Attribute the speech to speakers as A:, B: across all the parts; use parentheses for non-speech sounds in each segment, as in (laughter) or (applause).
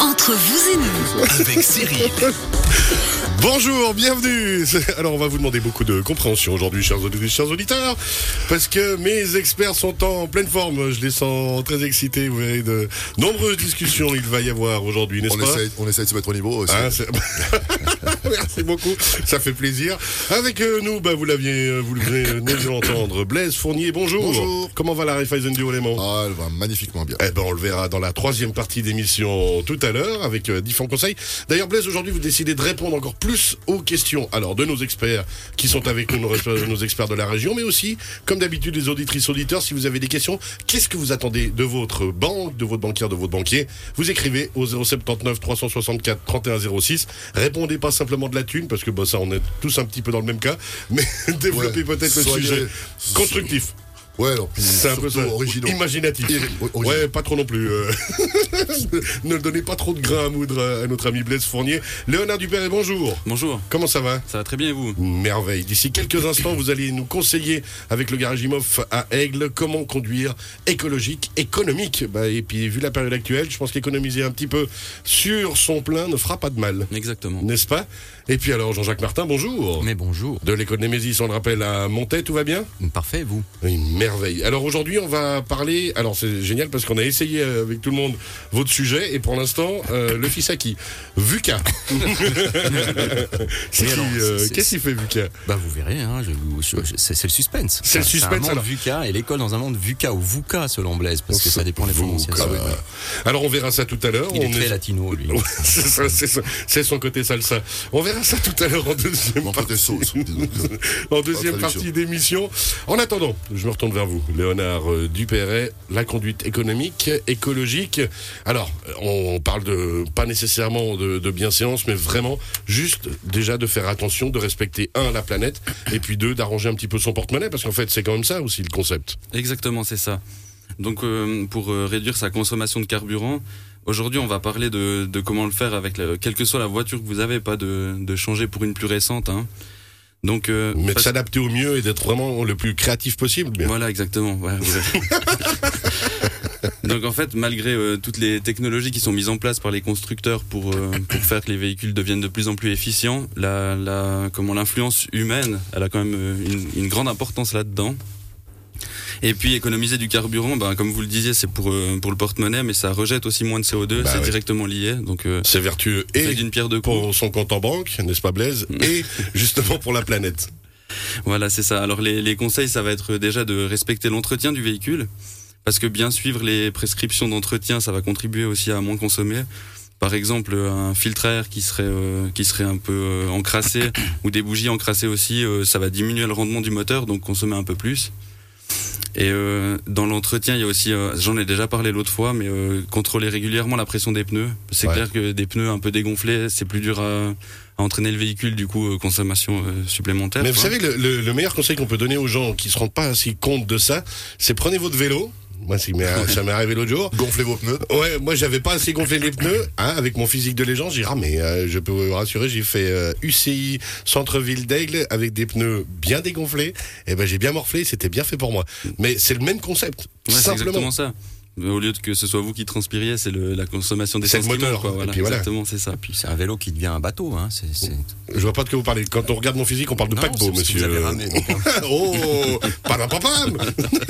A: Entre vous et nous,
B: avec Cyril.
C: Bonjour, bienvenue (laughs) Alors on va vous demander beaucoup de compréhension aujourd'hui, chers auditrices, chers auditeurs, parce que mes experts sont en pleine forme, je les sens très excités, vous verrez de nombreuses discussions il va y avoir aujourd'hui, n'est-ce
B: On
C: pas
B: essaye, on essaye de se mettre au niveau aussi.
C: Hein, c'est- (laughs) Merci beaucoup, ça fait plaisir. Avec euh, nous, bah, vous l'aviez, euh, vous le venez euh, nous l'entendre, Blaise Fournier, bonjour.
B: Bonjour.
C: Comment va la Raiffeisen du Haut-Léman
B: Ah, elle va magnifiquement bien.
C: Eh ben, on le verra dans la troisième partie d'émission tout à l'heure avec euh, différents conseils. D'ailleurs, Blaise, aujourd'hui, vous décidez de répondre encore plus aux questions. Alors, de nos experts qui sont avec nous, nos, resp- nos experts de la région, mais aussi, comme d'habitude, les auditrices, auditeurs, si vous avez des questions, qu'est-ce que vous attendez de votre banque, de votre banquière, de votre banquier Vous écrivez au 079 364 3106. Répondez pas simplement de la thune, parce que bah, ça, on est tous un petit peu dans le même cas, mais (laughs) développez
B: Ouais,
C: peut-être le
B: soyez-
C: sujet constructif.
B: Ouais, alors, puis
C: Eh, C'est un peu ça.
B: surtout originaux.
C: Imaginatif.
B: Iri- o- original.
C: Ouais, pas trop non plus. euh. (laughs) ne donnez pas trop de grains à moudre à à notre ami Blaise Fournier. Léonard Dupère, et bonjour.
D: Bonjour,
C: Comment ça va
D: ça va très bien et vous
C: Merveille. D'ici quelques instants, vous allez nous conseiller avec le garage Imoff à Aigle comment conduire écologique, économique. Bah, et puis, vu la période actuelle, je pense qu'économiser un petit peu sur son plein ne fera pas de mal.
D: Exactement.
C: N'est-ce pas Et puis alors, Jean-Jacques Martin,
E: (laughs)
C: bonjour.
E: Mais bonjour,
C: De l'école Némésis, on le rappelle, à Montet, tout va bien
E: parfait vous.
C: Une merveille. Alors aujourd'hui, on va parler. Alors c'est génial parce qu'on a essayé euh, avec tout le monde votre sujet et pour l'instant, euh, le fils à qui Vuka.
E: (laughs)
C: C'est
E: Mais
C: qui,
E: alors,
C: euh,
E: c'est- c'est-
C: Qu'est-ce qu'il fait Vuka
E: Bah vous verrez, hein, je vous- je- je- c'est c'est le suspense.
C: C'est le
E: un
C: suspense,
E: monde
C: alors.
E: VUCA et l'école dans un monde VUCA ou VUCA selon Blaise parce que ça dépend des
C: Vuka.
E: prononciations.
C: Ah oui, oui. Alors on verra ça tout à l'heure.
E: Il
C: On
E: est très
C: est-
E: latino lui.
C: (laughs) Ouais, c'est ça, c'est ça. C'est son côté salsa. On verra ça tout à l'heure en deuxième
B: Mon
C: partie.
B: côté sauce. disons.
C: en deuxième
B: Traduction.
C: partie d'émission. En attendant, je me retourne vers vous, Léonard euh, Dupéret, la conduite économique, écologique. Alors, euh, on parle de pas nécessairement de, de bienséance, mais vraiment juste déjà de faire attention, de respecter un la planète, et puis deux d'arranger un petit peu son porte-monnaie, parce qu'en fait c'est quand même ça aussi le concept.
D: Exactement, c'est ça. Donc euh, pour euh, réduire sa consommation de carburant, aujourd'hui on va parler de, de comment le faire avec la- quelle que soit la voiture que vous avez, pas de, de changer pour une plus récente. hein. Donc euh,
C: Mais de
D: parce-
C: s'adapter au mieux et d'être vraiment le plus créatif possible. bien.
D: Voilà, exactement. ouais,
C: (laughs)
D: vous- Donc en fait, malgré euh, toutes les technologies qui sont mises en place par les constructeurs pour, euh, pour faire que les véhicules deviennent de plus en plus efficients, la, la, comment l'influence humaine, elle a quand même euh, une, une grande importance là-dedans. Et puis économiser du carburant, ben, comme vous le disiez, c'est pour, euh, pour le porte-monnaie, mais ça rejette aussi moins de CO2,
C: Bah
D: c'est
C: ouais.
D: directement lié. Donc euh,
C: C'est vertueux
D: fait
C: et
D: d'une pierre deux coups.
C: pour son compte en banque, n'est-ce pas Blaise
D: Mm.
C: Et justement pour la planète.
D: Voilà, c'est ça. Alors les, les conseils, ça va être déjà de respecter l'entretien du véhicule, parce que bien suivre les prescriptions d'entretien, ça va contribuer aussi à moins consommer. Par exemple, un filtre à air qui serait euh, qui serait un peu euh, encrassé (coughs) ou des bougies encrassées aussi, euh, ça va diminuer le rendement du moteur, donc consommer un peu plus. Et euh, dans l'entretien, il y a aussi, euh, j'en ai déjà parlé l'autre fois, mais euh, contrôler régulièrement la pression des pneus. C'est
C: Ouais.
D: clair que des pneus un peu dégonflés, c'est plus dur à, à entraîner le véhicule, du coup euh, consommation euh, supplémentaire.
C: Mais vous
D: quoi.
C: savez, le, le- le meilleur conseil qu'on peut donner aux gens qui se rendent pas si compte de ça, c'est prenez votre vélo. Moi, ça m'est- ça m'est arrivé l'autre jour.
B: Gonflez vos pneus.
C: Ouais, moi j'avais pas assez gonflé les pneus. hein, avec mon physique de légende, j'ai dit, ah, mais euh, je peux vous rassurer, j'ai fait euh, UCI Centre-Ville d'Aigle avec des pneus bien dégonflés. Et ben j'ai bien morflé, c'était bien fait pour moi. Mais c'est le même concept,
D: Ouais, c'est
C: simplement.
D: exactement ça. Mais Au lieu de que ce soit vous qui transpiriez, c'est le- la consommation des
C: C'est le moteur,
D: Quoi,
C: et
D: voilà,
C: puis voilà.
D: Exactement, c'est
C: (laughs)
D: ça.
E: Et puis c'est un vélo qui devient un bateau, hein. C'est c'est-
C: Je vois pas de que vous parlez. Quand on regarde mon physique, on parle de
E: Non,
C: paquebot,
E: c'est parce que
C: monsieur.
E: vous avez ramené, donc, hein.
C: (laughs) oh, pas pam (laughs)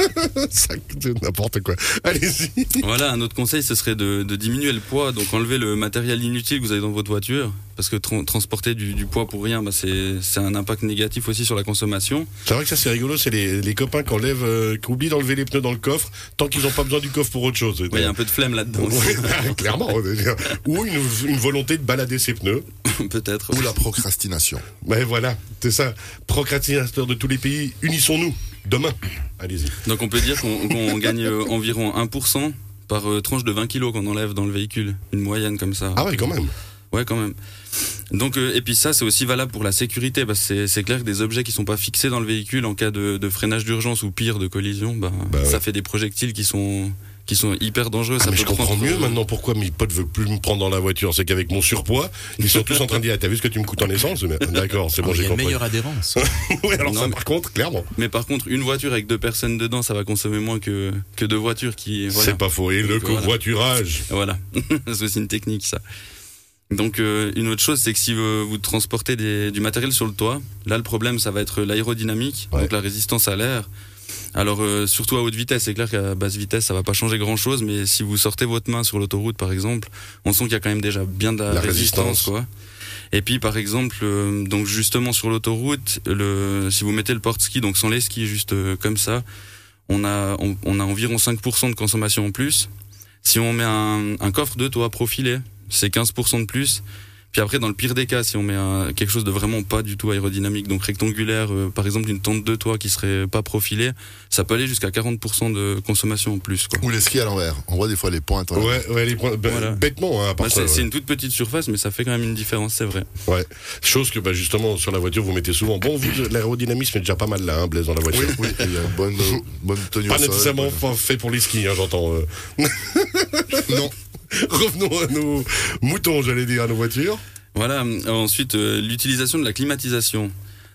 C: Ça, c'est n'importe quoi. Allez-y.
D: voilà, un autre conseil, ce serait de, de diminuer le poids, donc enlever le matériel inutile que vous avez dans votre voiture, parce que tran- transporter du, du poids pour rien, bah, c'est c'est un impact négatif aussi sur la consommation.
C: C'est vrai que ça c'est rigolo, c'est les, les copains qui enlèvent, euh, qui oublient d'enlever les pneus dans le coffre tant qu'ils n'ont pas besoin du coffre pour autre chose.
D: Ouais, Bah, Il y
C: (laughs)
D: a un peu de flemme là-dedans,
C: Ouais, bah, (laughs) clairement. on va dire. Ou une, une volonté de balader ses pneus.
D: (laughs) peut-être.
B: Ou la procrastination.
C: Mais voilà, c'est ça. Procrastinateurs de tous les pays, unissons-nous demain. Allez-y.
D: Donc on peut dire qu'on qu'on gagne euh, environ 1% par euh, tranche de 20 kilos qu'on enlève dans le véhicule, une moyenne comme ça.
C: Ah ouais, quand même.
D: Ouais, quand même. Donc, euh, et puis ça, c'est aussi valable pour la sécurité, parce que c'est- c'est clair que des objets qui sont pas fixés dans le véhicule en cas de, de freinage d'urgence ou pire de collision, bah,
C: Bah ouais.
D: ça fait des projectiles qui sont qui sont hyper dangereux.
C: Ah,
D: ça
C: mais
D: peut
C: je comprends
D: prendre,
C: mieux
D: euh,
C: maintenant pourquoi mes potes veulent plus me prendre dans la voiture. C'est qu'avec mon surpoids, ils sont tous en train de dire ah, T'as vu ce que tu me coûtes en essence Mais, D'accord, c'est
E: Ah,
C: bon,
E: mais il
C: j'ai
E: y a une
C: compris.
E: meilleure adhérence.
C: (laughs) Ouais, alors
D: Non,
C: ça,
D: mais-
C: par contre, clairement,
D: Mais par contre, une voiture avec deux personnes dedans, ça va consommer moins que, que deux voitures qui. Voilà.
C: c'est pas faux. Et le
D: Donc, voilà.
C: covoiturage
D: (laughs) Voilà. c'est aussi une technique, ça. Donc, euh, une autre chose, c'est que si euh, vous transportez des- du matériel sur le toit, là, le problème, ça va être euh, l'aérodynamique,
C: Ouais.
D: donc la résistance à l'air. Alors, euh, surtout à haute vitesse, c'est clair qu'à basse vitesse, ça va pas changer grand chose, mais si vous sortez votre main sur l'autoroute, par exemple, on sent qu'il y a quand même déjà bien de la,
C: La résistance.
D: résistance, quoi. Et puis, par exemple, euh, donc justement sur l'autoroute, le, si vous mettez le porte-ski, donc sans les skis, juste euh, comme ça, on a, on, on a environ 5% de consommation en plus. Si on met un, un coffre de toit profilé, c'est 15% de plus. Puis après, dans le pire des cas, si on met un- quelque chose de vraiment pas du tout aérodynamique, donc rectangulaire, euh, par exemple une tente de toit qui serait pas profilée, ça peut aller jusqu'à 40% de consommation en plus. Quoi.
B: Ou les skis à l'envers. On voit des fois les pointes. à l'envers.
C: Ouais, ouais, les points- bah,
D: Voilà.
C: bêtement, hein,
D: Bah,
C: parfois.
D: c'est c'est une toute petite surface, mais ça fait quand même une différence, c'est vrai.
C: Ouais. Chose que bah, justement sur la voiture vous mettez souvent. Bon, vous, euh, l'aérodynamisme est déjà pas mal là, hein, Blaise, dans la voiture.
B: Oui, oui. et, euh, bonne, euh, bonne tenue
C: Pas
B: au sol,
C: nécessairement fa-
B: bonne-
C: fait pour les skis, hein,
D: (laughs)
C: j'entends. euh.
B: Non.
C: (laughs) Revenons à nos moutons, j'allais dire, à nos voitures.
D: Voilà, euh, ensuite, euh, l'utilisation de la climatisation.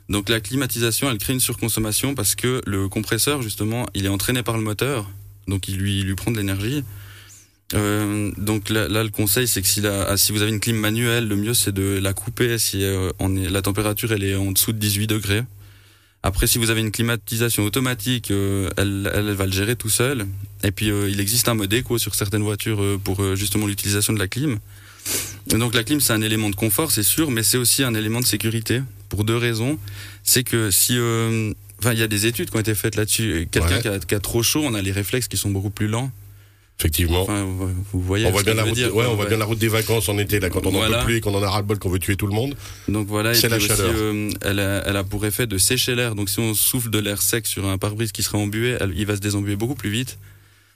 D: Donc la climatisation, elle crée une surconsommation parce que le compresseur, justement, il est entraîné par le moteur, donc il lui, il lui prend de l'énergie. Euh, donc là, là, le conseil, c'est que si, la- ah, si vous avez une clim manuelle, le mieux c'est de la couper si euh, on est, la température elle est en dessous de 18 degrés. Après, si vous avez une climatisation automatique, euh, elle, elle va le gérer tout seul. Et puis, euh, il existe un mode éco sur certaines voitures euh, pour euh, justement l'utilisation de la clim. Et donc la clim, c'est un élément de confort, c'est sûr, mais c'est aussi un élément de sécurité pour deux raisons. C'est que si, euh, enfin, il y a des études qui ont été faites là-dessus. Euh, Quelqu'un
C: Ouais.
D: qui, a, qui a trop chaud, on a les réflexes qui sont beaucoup plus lents.
C: Effectivement.
D: Enfin, vous vous voyez.
C: On
D: ce
C: voit,
D: que
C: bien
D: je
C: la
D: veux
C: route,
D: dire,
C: ouais,
D: quoi,
C: on voit
D: ouais.
C: bien la route des vacances en été, là, quand on n'en
D: Voilà.
C: peut plus et qu'on en a ras-le-bol, qu'on veut tuer tout le monde.
D: Donc voilà, et
C: C'est
D: puis
C: la
D: aussi,
C: chaleur.
D: euh, elle, a, elle a pour effet de sécher l'air. Donc si on souffle de l'air sec sur un pare-brise qui serait embué, elle- il va se désembuer beaucoup plus vite.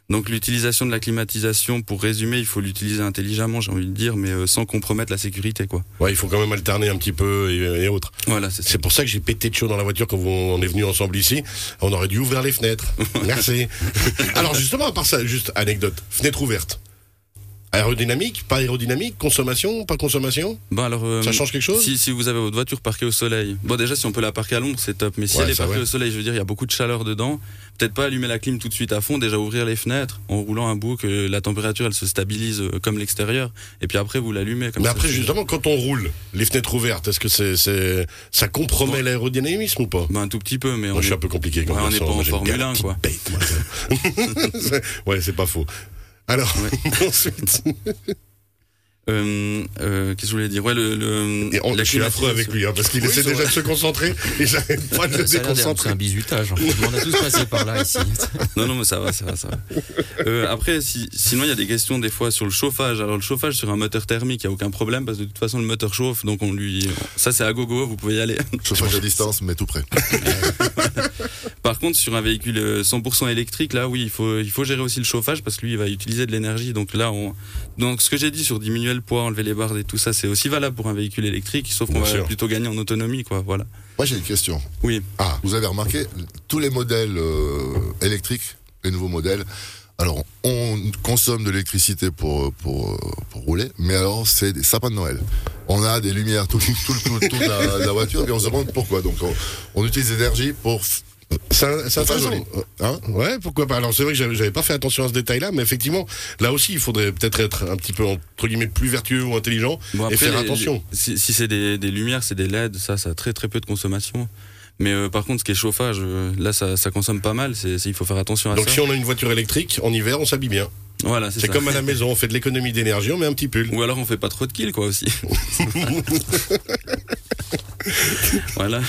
D: Donc l'utilisation de la climatisation, pour résumer, il faut l'utiliser intelligemment, j'ai envie de dire, mais euh, sans compromettre la sécurité, quoi.
C: Ouais, il faut quand même alterner un petit peu et, et autres.
D: Voilà, c'est ça.
C: C'est pour ça que j'ai pété de chaud dans la voiture quand vous- on est venu ensemble ici. On aurait dû ouvrir les fenêtres.
D: (laughs)
C: Merci. Alors justement, à part ça, juste anecdote. Fenêtre ouverte. Aérodynamique, pas aérodynamique, consommation, pas consommation
D: Bon alors, euh,
C: Ça change quelque chose
D: si, si vous avez votre voiture parquée au soleil, bon déjà si on peut la parquer à l'ombre c'est top, mais si
C: Ouais,
D: elle est
C: ça,
D: parquée
C: ouais.
D: au soleil, je veux dire il y a beaucoup de chaleur dedans, peut-être pas allumer la clim tout de suite à fond, déjà ouvrir les fenêtres en roulant un bout que la température elle se stabilise euh, comme l'extérieur, et puis après vous l'allumez comme
C: Mais
D: ça.
C: après,
D: c'est-
C: justement, quand on roule, les fenêtres ouvertes, est-ce que c'est, c'est- ça compromet l'aérodynamisme ou pas
D: Ben, un tout petit peu, mais on
C: Moi, je suis
D: est-
C: un peu compliqué. Comme
D: Ouais, on
C: garçon,
D: n'est pas
C: moi,
D: en
C: j'ai une
D: Formule
C: galère
D: 1,
C: qui
D: quoi.
C: pète, moi, (laughs) ça. C'est- ouais, c'est pas faux. Alors, (laughs) ensuite,
D: Euh, euh, Qu'est-ce que je voulais dire Ouais, le. le
C: et on-
D: la
C: je suis affreux avec
D: climatisation.
C: lui, hein, parce qu'il
D: Oui,
C: essaie
D: c'est
C: déjà
D: vrai.
C: de se concentrer et j'arrive pas de le
E: Ça a l'air d'être
C: déconcentrer.
E: un bizutage. En fait. Mais On a tous passé par là ici.
D: Non, non, mais ça va, ça va, ça
C: (laughs)
D: va. Euh, après, si, sinon, il y a des questions des fois sur le chauffage. Alors, le chauffage sur un moteur thermique, il n'y a aucun problème parce que de toute façon, le moteur chauffe, donc on lui. Ça, c'est à gogo, vous pouvez y aller.
B: Chauffage à distance, mais tout près.
D: Par contre, sur un véhicule euh, 100% électrique, là, oui, il faut, il faut gérer aussi le chauffage parce que lui, il va utiliser de l'énergie. Donc là, on... donc ce que j'ai dit sur diminuer le poids, enlever les barres et tout ça, c'est aussi valable pour un véhicule électrique, sauf qu'on va
C: Bien sûr.
D: plutôt gagner en autonomie, quoi. Voilà.
B: Moi, j'ai une question.
D: Oui.
B: Ah, vous avez remarqué, tous les modèles euh, électriques, les nouveaux modèles, alors on consomme de l'électricité pour, pour, pour rouler, mais alors c'est des sapins de Noël. On a des lumières tout, tout, tout, tout de la, de la voiture, et on se demande pourquoi. Donc on, on utilise l'énergie pour... f-
C: Ça, ça
B: Enfin,
C: intéressant.
B: joli.
C: Hein ouais, pourquoi pas. Alors c'est vrai que j'avais, j'avais pas fait attention à ce détail-là, mais effectivement, là aussi, il faudrait peut-être être un petit peu entre guillemets plus vertueux ou intelligent
D: Bon,
C: et
D: après,
C: faire
D: les-
C: attention.
D: les- si si c'est des, des lumières, c'est des LED, ça, ça a très très peu de consommation. Mais euh, par contre, ce qui est chauffage, euh, là, ça, ça consomme pas mal. C'est, c'est- il faut faire attention à
C: Donc
D: Ah, ça.
C: si on a une voiture électrique en hiver, on s'habille bien.
D: Voilà, c'est,
C: C'est
D: ça.
C: comme à la maison, on fait de l'économie d'énergie, on met un petit pull.
D: (laughs) Ou alors on fait pas trop de kills, quoi,
C: (laughs)
D: aussi. (laughs) voilà.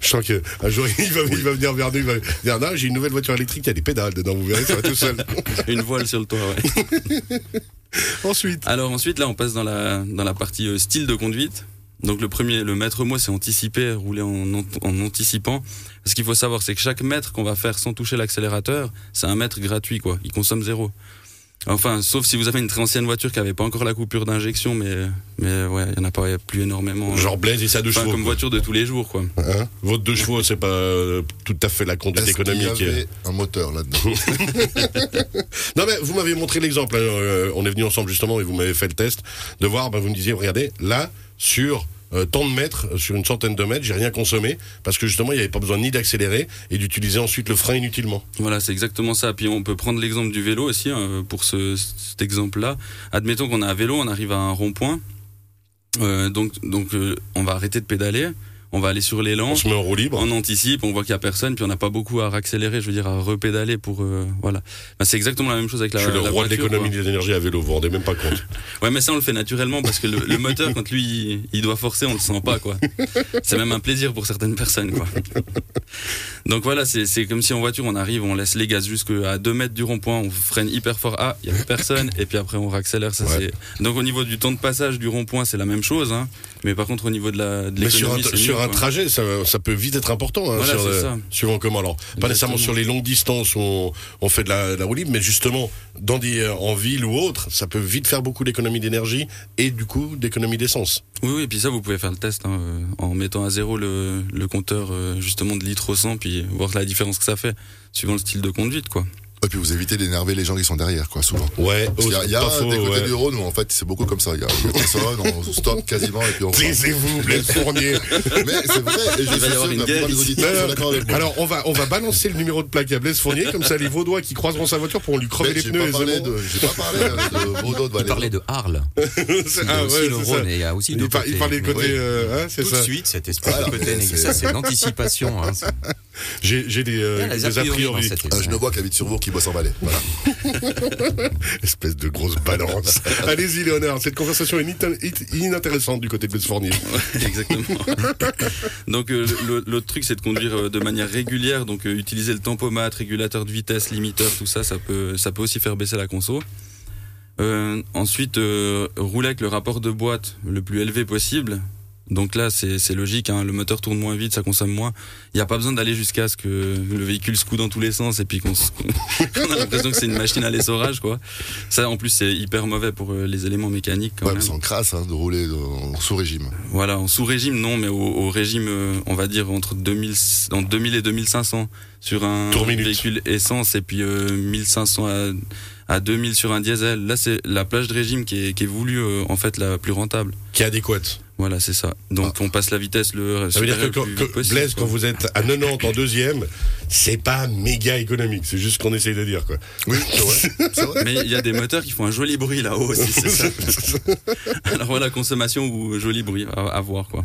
C: Je sens que un jour (laughs) il va, il va venir vers nous, il va dire non, j'ai une nouvelle voiture électrique, il y a des pédales dedans, vous verrez, ça va tout seul.
D: Une voile sur le toit, ouais.
C: Ensuite,
D: Alors (laughs) ensuite, là, on passe dans la, dans la partie euh, style de conduite. Donc le premier, le maître mot, c'est anticiper, rouler en, ant- en anticipant. Ce qu'il faut savoir, c'est que chaque mètre qu'on va faire sans toucher l'accélérateur, c'est un mètre gratuit, quoi. Il consomme zéro. Enfin, sauf si vous avez une très ancienne voiture qui n'avait pas encore la coupure d'injection, mais, mais ouais, il n'y en a pas plus énormément.
C: Genre Blaise et sa deux
D: Enfin,
C: chevaux.
D: comme
C: quoi.
D: voiture de tous les jours, quoi.
C: Hein Votre deux chevaux, c'est pas euh, tout à fait la conduite
B: Est-ce qu'il y
C: économique.
B: avait un moteur là-dedans
C: Non mais vous m'avez montré l'exemple. hein, euh, on est venu ensemble justement et vous m'avez fait le test de voir. bah, vous me disiez, regardez, là sur euh, tant de mètres, euh, sur une centaine de mètres, j'ai rien consommé parce que justement il n'y avait pas besoin ni d'accélérer et d'utiliser ensuite le frein inutilement.
D: Voilà, c'est exactement ça. Puis on peut prendre l'exemple du vélo aussi hein, pour ce- cet exemple-là. Admettons qu'on a un vélo, on arrive à un rond-point. Euh, donc donc euh, on va arrêter de pédaler, on va aller sur l'élan,
C: On se met en roue libre.
D: on anticipe, on voit qu'il y a personne, puis on n'a pas beaucoup à accélérer, je veux dire à repédaler pour euh, voilà. Ben, c'est exactement la même chose avec la,
C: Je suis le
D: la
C: roi de
D: voiture,
C: l'économie des énergies à vélo. Vous vous rendez même
D: (laughs)
C: pas compte.
D: quoi. Ouais, mais ça on le fait naturellement parce que le, le moteur quand lui il, il doit forcer, on le sent pas quoi. C'est même un plaisir pour certaines personnes quoi. Donc voilà, c'est c'est comme si en voiture on arrive, on laisse les gaz jusqu'à 2 mètres du rond-point, on freine hyper fort, ah, il n'y a personne, et puis après on réaccélère. Ça,
C: Ouais.
D: c'est- Donc au niveau du temps de passage du rond-point, c'est la même chose, hein. mais par contre au niveau de la de
C: Mais sur un,
D: l'économie, c'est
C: sur
D: mieux,
C: un
D: quoi.
C: trajet, ça, ça peut vite être important. hein,
D: Voilà,
C: sur,
D: c'est
C: euh,
D: ça.
C: Suivant comment. Alors, pas
D: Exactement.
C: nécessairement sur les longues distances où on, on fait de la, de la roue libre, mais justement, dans des, euh, en ville ou autre, ça peut vite faire beaucoup d'économie d'énergie et du coup d'économie d'essence.
D: Oui, oui, et puis ça vous pouvez faire le test hein, euh, en mettant à zéro le, le compteur euh, justement de litre au 100, puis voir la différence que ça fait suivant le style de conduite quoi.
B: Et puis vous évitez d'énerver les gens qui sont derrière, quoi, souvent.
C: Ouais, oh,
B: Il y a, il y a
C: pas
B: des
C: faux,
B: côtés
C: ouais.
B: du Rhône où en fait c'est beaucoup comme ça. Il y a il y a personne, on stoppe quasiment et
C: (laughs)
B: puis on. repart.
C: Taisez-vous, Blaise Fournier.
B: Mais c'est vrai, et je
D: Il va y
B: suis sûr
D: avoir
B: que
D: une
B: la
D: guerre
B: plupart des
D: ici.
B: auditeurs sont d'accord avec moi.
C: Alors, on va, on va balancer le numéro de plaque à Blaise Fournier, comme ça les Vaudois qui croiseront sa voiture pourront lui crever
B: Mais
C: les
B: j'ai
C: pneus.
B: pas
C: les
B: parlé
C: aimants.
B: de, j'ai pas parlé euh, de Bordeaux de
E: Il parlait
B: Valais.
E: de Arles.
C: C'est-
E: Il y
C: ah
E: a
C: ouais,
E: aussi le
C: c'est ça.
E: Rhône et il y a aussi
C: Il,
E: le
C: par- il parlait de côté.
E: Oui.
C: euh, hein, c'est
E: Tout de
C: ça.
E: suite, cette espèce
B: Voilà,
E: de côté
B: mais
E: négatif.
B: c'est-
E: Ça, c'est l'anticipation. hein. C'est-
C: J'ai j'ai des, euh,
E: Il y a
C: des a
E: Ah, dans
C: priori.
E: cette
B: Euh, je
E: émission.
B: ne vois qu'Avid Surbourg qui bosse en Valais. Voilà.
C: Espèce de grosse balance. (laughs) Allez-y, Léonard, cette conversation est inint- it- inintéressante du côté de Blaise Fournier.
D: (laughs) Exactement. donc euh, le- l'autre truc, c'est de conduire euh, de manière régulière. Donc euh, utiliser le tempomètre, régulateur de vitesse, limiteur, tout ça, ça peut, ça peut aussi faire baisser la conso. Euh, ensuite, euh, rouler avec le rapport de boîte le plus élevé possible. Donc là, c'est c'est logique. hein, le moteur tourne moins vite, ça consomme moins. Il n'y a pas besoin d'aller jusqu'à ce que le véhicule se coude dans tous les sens et puis qu'on se- (laughs) qu'on a l'impression que c'est une machine à l'essorage, quoi. Ça, en plus, c'est hyper mauvais pour euh, les éléments mécaniques. Quand
B: Ouais,
D: même.
B: mais c'est en crasse hein, de rouler de- en sous-régime.
D: Voilà, en sous-régime, non, mais au, au régime, euh, on va dire entre 2000, entre 2000 et 2500 sur un
C: Tour minute.
D: véhicule essence et puis euh, 1500 à, à 2000 sur un diesel. Là, c'est la plage de régime qui est, qui est voulue, euh, en fait, la plus rentable.
C: Qui est adéquate.
D: Voilà, c'est ça. Donc, on passe la vitesse le.
C: Ah. Ça veut dire que,
D: supérieur le plus
C: quand- que
D: vite possible,
C: Blaise,
D: quoi.
C: quand vous êtes à 90 en deuxième, c'est pas méga économique. C'est juste ce qu'on essaye de dire, quoi.
B: Oui, c'est vrai. c'est vrai.
D: Mais il y a des moteurs qui font un joli bruit là-haut aussi, c'est
C: (laughs)
D: ça. Alors voilà, consommation ou joli bruit, à, à voir quoi.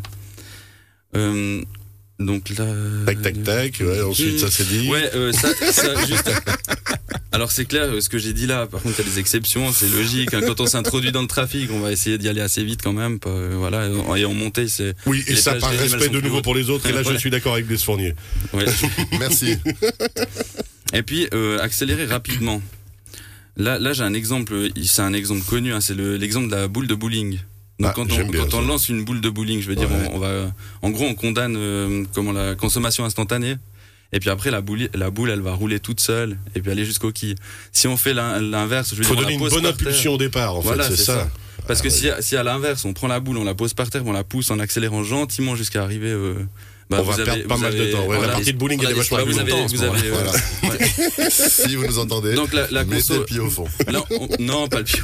D: Euh, donc là.
C: Tac, tac, tac. ouais, ensuite, ça c'est dit.
D: Euh, Ouais, euh, ça, ça, juste. Alors c'est clair, euh, ce que j'ai dit là, par contre, il y a des exceptions, c'est logique. hein. Quand on s'introduit dans le trafic, on va essayer d'y aller assez vite quand même. pas- euh, voilà, et en- et en montée, c'est.
C: Oui, et
D: Les
C: ça
D: plages
C: par
D: des
C: respect
D: animaux
C: de
D: sont
C: nouveau
D: plus
C: pour les autres. Et là, je
D: Ouais.
C: suis d'accord avec Blaise Fournier.
D: ouais.
B: Merci.
D: Et puis euh, accélérer rapidement. Là, là j'ai un exemple, euh, c'est un exemple connu, hein, c'est le- l'exemple de la boule de bowling. Donc
C: Ah,
D: quand
C: j'aime
D: on,
C: bien
D: quand on
C: ça.
D: lance une boule de bowling, je veux dire,
C: Ouais.
D: on, on va, en gros, on condamne euh, comment la consommation instantanée. Et puis après, la boule, la boule, elle va rouler toute seule et puis aller jusqu'au quille. Si on fait l'in- l'inverse, je veux
C: Il faut
D: dire, on
C: donner
D: la
C: une
D: pose
C: bonne
D: par terre.
C: impulsion Ah, au départ, en
D: Voilà,
C: fait. C'est ça.
D: Parce que si, si à l'inverse, on prend la boule, on la pose par terre, on la pousse en accélérant gentiment jusqu'à arriver. euh, bah,
C: On
D: vous
C: va
D: avez-
C: perdre pas
D: vous
C: mal de
D: avez-
C: temps. ouais,
D: voilà,
C: la partie de bowling,
E: on a
C: elle est
E: des
C: vachement
E: soirées
D: bah,
C: plus
D: vous
E: longtemps,
D: avez,
E: en ce
D: vous
E: moment,
D: avez,
B: Voilà.
D: ouais.
B: Si vous nous entendez,
D: Donc la, la
B: mettez
D: conso-
B: le pied au fond.
D: Là, on- non, pas le pion.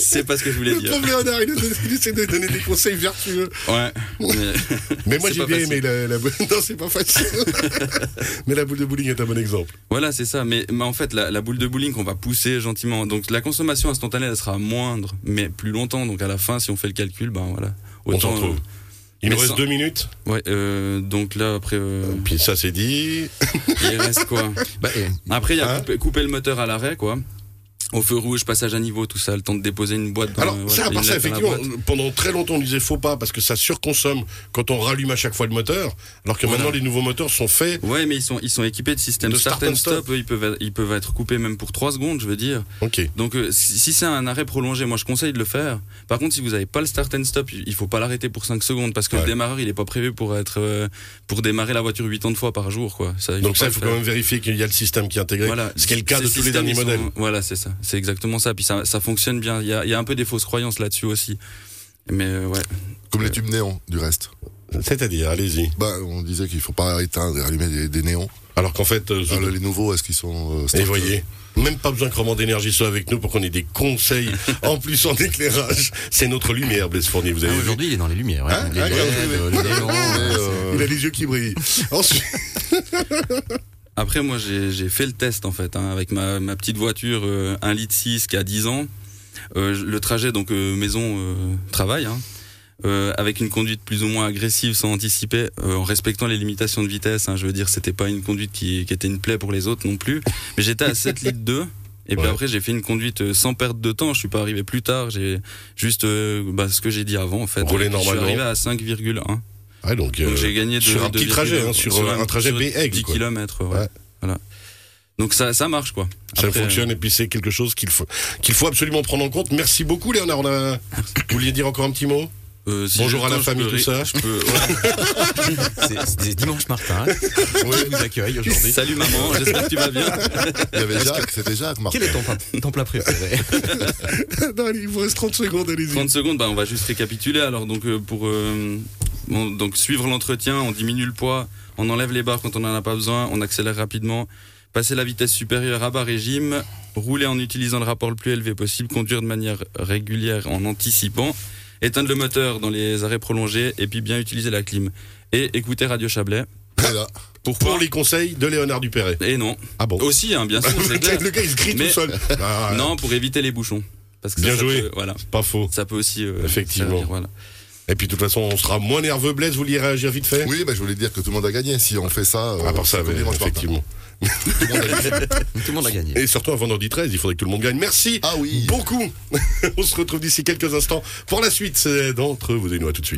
D: C'est pas ce que je voulais
C: Le
D: dire.
C: pauvre Léonard, il, a- il essaie de donner des conseils vertueux.
D: Ouais. mais- (laughs)
C: Mais moi,
D: C'est
C: j'ai
D: pas
C: bien
D: facile.
C: aimé la, la boule. (laughs) Non, c'est
D: (laughs)
C: pas facile. mais la boule de bowling est un bon exemple.
D: voilà, c'est ça. Mais, mais en fait, la, la boule de bowling qu'on va pousser gentiment. Donc la consommation instantanée, elle sera moindre, mais plus longtemps. Donc à la fin, si on fait le calcul, ben voilà.
C: On s'en
D: euh,
C: trouve. Il nous
D: mais
C: reste
D: sans-
C: deux minutes.
D: ouais. euh, donc là, après, euh,
C: Puis ça, c'est dit.
D: il reste quoi
E: Bah, et-
C: (laughs)
D: Après, il y a
C: Hein
D: couper, couper le moteur à l'arrêt, quoi. au feu rouge, passage à niveau, tout ça, le temps de déposer une boîte. Dans,
C: Alors,
D: euh, voilà,
C: ça, à part
D: une
C: ça,
D: lettre dans la
C: effectivement,
D: boîte.
C: pendant très longtemps, on disait faut pas parce que ça surconsomme quand on rallume à chaque fois le moteur. Alors que
D: Voilà.
C: maintenant, les nouveaux moteurs sont faits.
D: Ouais, mais ils sont, ils sont équipés de systèmes
C: De
D: start, and stop. Ils peuvent, être- ils peuvent être coupés même pour 3 secondes, je veux dire.
C: Ok.
D: Donc, euh, si, si c'est un arrêt prolongé, moi je conseille de le faire. Par contre, si vous n'avez pas le start and stop, il il faut pas l'arrêter pour 5 secondes parce que
C: Ouais.
D: le démarreur, il est pas prévu pour être, euh, pour démarrer la voiture 80 de fois par jour, quoi. il
C: Donc ça, il
D: pas le faire.
C: faut quand même vérifier qu'il y a le système qui est intégré.
D: Voilà.
C: Ce qui est le cas
D: Ces
C: de tous les
D: systèmes,
C: derniers
D: ils sont-
C: modèles.
D: Voilà, c'est ça. C'est exactement ça. Puis ça, ça fonctionne bien. Il y a, il y a un peu des fausses croyances là-dessus aussi. Mais euh, ouais.
B: Comme les tubes néons, du reste.
C: C'est-à-dire, allez-y.
B: Bah, on disait qu'il faut pas éteindre et allumer des, des néons.
C: Alors qu'en fait, euh,
B: Alors, les nouveaux, est-ce qu'ils sont. euh,
C: et
B: start-
C: voyez, même pas besoin que Roman d'énergie soit avec nous pour qu'on ait des (laughs) conseils en plus en éclairage. C'est notre lumière, Blaise Fournier. Vous
E: Ah,
C: avez vu
E: Aujourd'hui, il est dans les lumières.
C: Hein
E: ouais. Les
C: Ah, regarde,
E: LED,
C: oui,
E: euh,
C: oui.
E: les néons,
C: (laughs)
B: Mais,
E: euh,
B: euh,
C: Il a les yeux qui brillent. Ensuite,
D: Après, moi, j'ai j'ai fait le test, en fait, hein, avec ma, ma petite voiture, euh, 1 litre 6 qui a 10 ans. Euh, je- le trajet, donc maison-travail, hein. Euh, avec une conduite plus ou moins agressive sans anticiper, euh, en respectant les limitations de vitesse. hein. je veux dire, c'était pas une conduite qui, qui était une plaie pour les autres non plus. Mais j'étais à 7 litres 2. Et puis
C: Ouais.
D: après, j'ai fait une conduite euh, sans perte de temps. Je suis pas arrivé plus tard. J'ai juste euh, bah, ce que j'ai dit avant, en fait.
C: Rouler
D: Je suis
C: normalement.
D: arrivé à 5,1.
C: Ouais, donc, euh,
D: Donc j'ai gagné de,
C: sur un
D: de
C: petit trajet, hein,
D: 2,1,
C: sur, un trajet
D: sur
C: Bay-Aigle,
D: 10
C: quoi.
D: km, ouais.
C: Ouais.
D: Voilà. Donc ça, ça marche, quoi.
C: ça
D: Après,
C: fonctionne et puis c'est quelque chose qu'il faut, qu'il faut absolument prendre en compte. Merci beaucoup, Léonard. On a... Vous vouliez dire encore un petit mot
D: euh, si
C: Bonjour
D: j'ai
C: à
D: le
C: la
D: temps, je
C: famille,
D: peux
C: tout
D: ré-
C: ça.
D: je peux- ouais.
E: c'est- C'est Dimanche Martin hein, qui vous accueille aujourd'hui.
D: Salut maman, j'espère que tu vas bien.
B: Il y avait Jacques, c'était Jacques, Martin.
E: Quel
C: (laughs)
E: est ton plat, ton plat préféré
C: (laughs) Non, allez, il vous reste 30 secondes, allez-y.
D: 30 secondes, bah, on va juste récapituler. Alors donc euh, pour euh, bon, donc suivre l'entretien, on diminue le poids, on enlève les barres quand on n'en a pas besoin, on accélère rapidement, passer la vitesse supérieure à bas régime, rouler en utilisant le rapport le plus élevé possible, conduire de manière régulière en anticipant, éteindre le moteur dans les arrêts prolongés et puis bien utiliser la clim et écouter Radio Chablais.
B: Et là,
D: Pourquoi
C: Pour les conseils de Léonard Dupéret.
D: Et non.
C: Ah bon (laughs)
D: Aussi, hein, bien sûr, c'est clair.
C: Le gars, il se crie
D: Mais-
C: tout seul. Ah,
D: Non, pour éviter les bouchons. Parce que
C: Bien
D: ça, ça
C: joué.
D: peut- voilà.
C: Pas faux.
D: Ça peut aussi. euh,
C: Effectivement.
D: servir, voilà.
C: Et puis, de toute façon, on sera moins nerveux. Blaise, vous vouliez réagir vite fait
B: Oui, bah, je voulais dire que tout le monde a gagné si on fait ça. euh,
C: À part ça,
B: comme
C: mais-
B: dimanche matin.
C: effectivement.
B: Tout le monde a gagné.
E: Tout le monde a gagné.
C: Et surtout un vendredi 13, il faudrait que tout le monde gagne. Merci
B: Ah
C: (laughs)
B: oui.
C: beaucoup. On se retrouve d'ici quelques instants pour la suite euh, d'entre vous et nous. À tout de suite.